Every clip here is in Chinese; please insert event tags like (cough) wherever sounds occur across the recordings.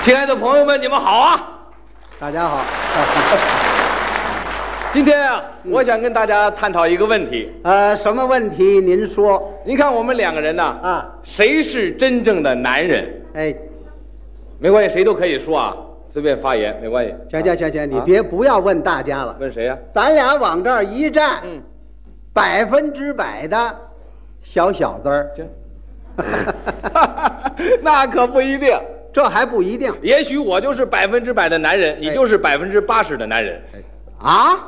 亲爱的朋友们，你们好啊！ (laughs) 大家好，今天啊，我想跟大家探讨一个问题。呃，什么问题您说您看，我们两个人呢、啊？谁是真正的男人？哎，没关系，谁都可以说啊，随便发言没关系。行行行行，你啊别不要问大家了，问谁啊呀、咱俩往这儿一站，嗯，百分之百的小小子儿，行， (laughs) 嗯那可不一定。 (laughs) 这还不一定也许我就是百分之百的男哎人，你就是百分之八十的男人。啊。啊，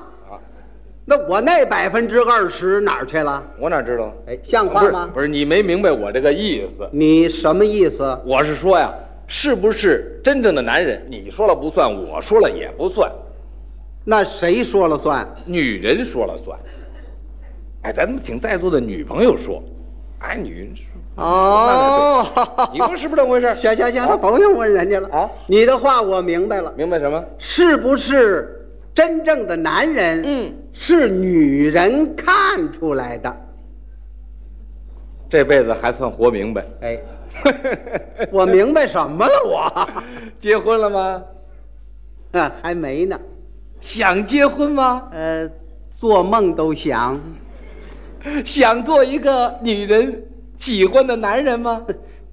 那我那百分之二十哪儿去了？我哪知道？哎，像不话是吗？不是，你没明白我这个意思。你什么意思？我是说呀，是不是真正的男人，你说了不算，我说了也不算，那谁说了算？女人说了算。哎，咱们请在座的女朋友说，哎，女人说，啊哦，？你说是不是这么回事 (laughs) 行行行，啊那甭用问人家了啊你的话我明白了。明白什么？是不是真正的男人？嗯，是女人看出来的。这辈子还算活明白。 (laughs) 哎，我明白什么了？ (laughs) 我，结婚了吗？啊，还没呢。想结婚吗？呃，做梦都想，想做一个女人喜欢的男人吗？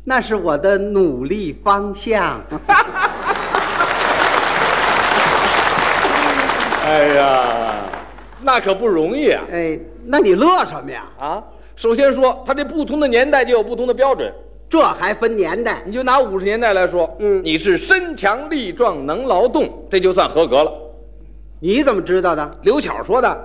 那是我的努力方向。哎呀，那可不容易啊！哎，那你乐什么呀？啊，首先说，他这不同的年代就有不同的标准。这还分年代？你就拿五十年代来说，嗯你是身强力壮，能劳动，这就算合格了。你怎么知道的？刘巧说的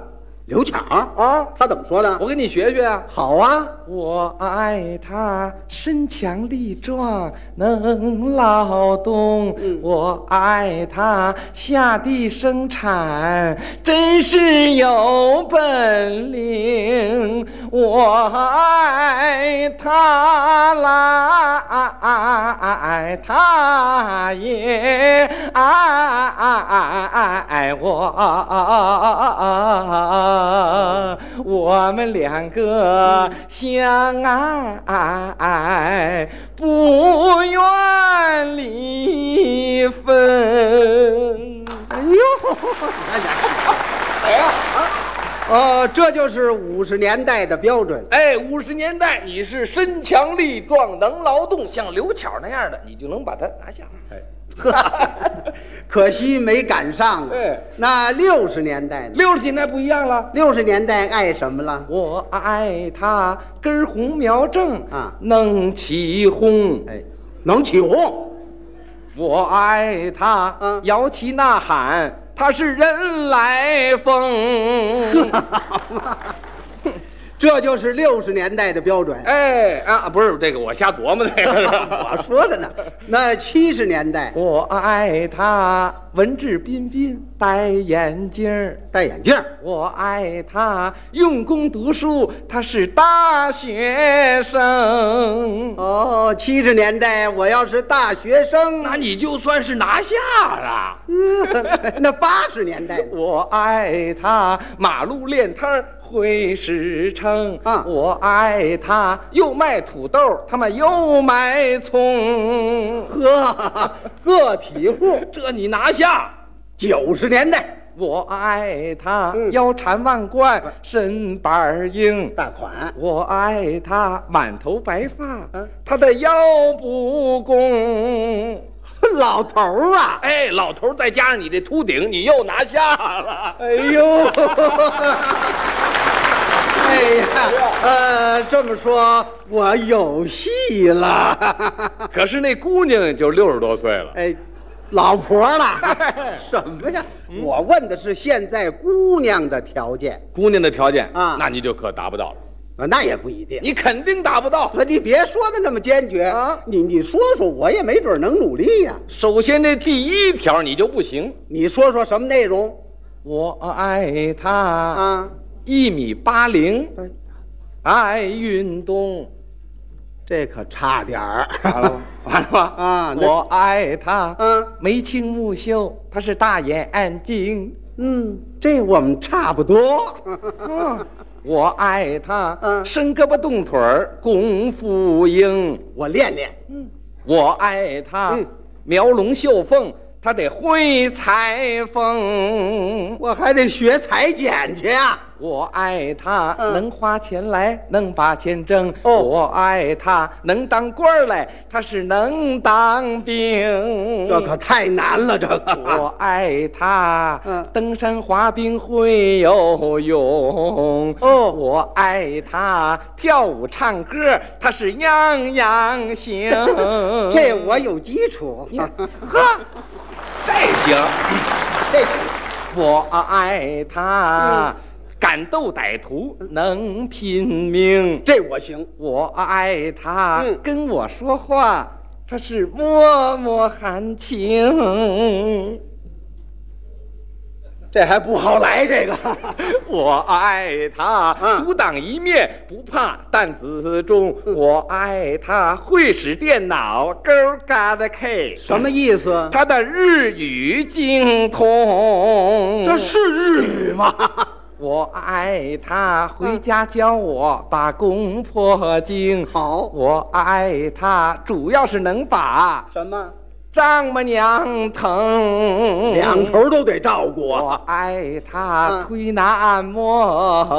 刘巧儿，啊，他怎么说的？我跟你学学啊。好啊，我爱他身强力壮，能劳动；嗯我爱他下地生产，真是有本领。我爱他来，他也爱我。我们两个相爱，不愿离分。哎呦， (laughs) 哎呀，啊哦，这就是五十年代的标准。哎，五十年代你是身强力壮，能劳动，像刘巧那样的，你就能把他拿下。哎，呵， (laughs) 可惜没赶上啊。哎那六十年代呢？六十年代不一样了。六十年代爱什么了？我爱他根红苗正啊能起哄。哎，能起哄，我爱他嗯摇旗呐喊，他是人来 (laughs) 疯。这就是六十年代的标准。哎啊，不是这个，我瞎琢磨那个 (laughs) 我说的呢。那七十年代我爱他文质彬彬，戴眼镜儿。戴眼镜儿，我爱他用功读书，他是大学生。哦，七十年代我要是大学生，那你就算是拿下了。呃 (laughs) 那八十年代呢？我爱他马路练摊儿会实诚啊我爱他又卖土豆，他们又卖葱，呵，个体户。这你拿下。九十年代我爱他嗯腰缠万贯，身板儿硬。大款，我爱他满头白发嗯，他的腰不弓。老头儿啊。哎，老头儿再加上你这秃顶，你又拿下了。哎呦， (laughs) 哎呀，呃，这么说我有戏 (laughs) 了，可是那姑娘就六十多岁了。哎，老婆 (laughs) 了，什么呀？我问的是现在姑娘的条件，姑娘的条件啊那你就可达不到了，啊那也不一定。你肯定达不到。可你别说的那么坚决啊你你说说，我也没准能努力呀、首先这第一条你就不行。你说说什么内容我爱他啊？一米八零，哎爱运动，这可差点儿。完了吧？完 (laughs) 了吧？啊那我爱他嗯眉清目秀，他是大眼睛。嗯，这我们差不 (laughs) 多。嗯，我爱他嗯伸胳膊动腿儿，功夫硬。我练练。我爱他嗯描龙绣凤，他得会裁缝。我还得学裁剪去啊呀、我爱他，嗯能花钱来，能把钱挣。哦我爱他，能当官儿来，他是能当兵。这可太难了，这嗯我个。爱他，嗯登山滑冰会游泳。哦。我爱他，跳舞唱歌，他是样样行 (laughs) 这我有基础， (laughs) 嗯呵，这行。这我爱他，敢斗歹徒，能拼命。这我行。我爱他，嗯跟我说话，他是脉脉含嗯情。这还不好来，这个我爱他，嗯独当一面，不怕担子重。我爱他，会使电脑勾嘎的 K。什么意思？他的日语精通，日语吗？我爱他，回家教我把功破经。好，我爱他，主要是能把什么丈母娘疼。两头都得照顾我啊。爱他，嗯推拿按摩，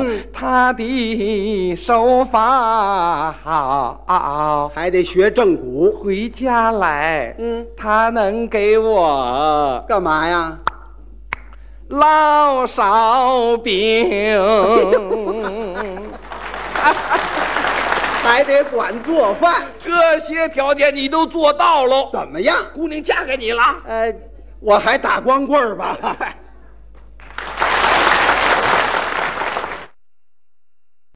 嗯他的手法好。还得学正骨。回家来，嗯，他能给我干嘛呀？烙烧饼。还得管做饭，这些条件你都做到喽，怎么样？姑娘嫁给你了。呃，我还打光棍儿吧？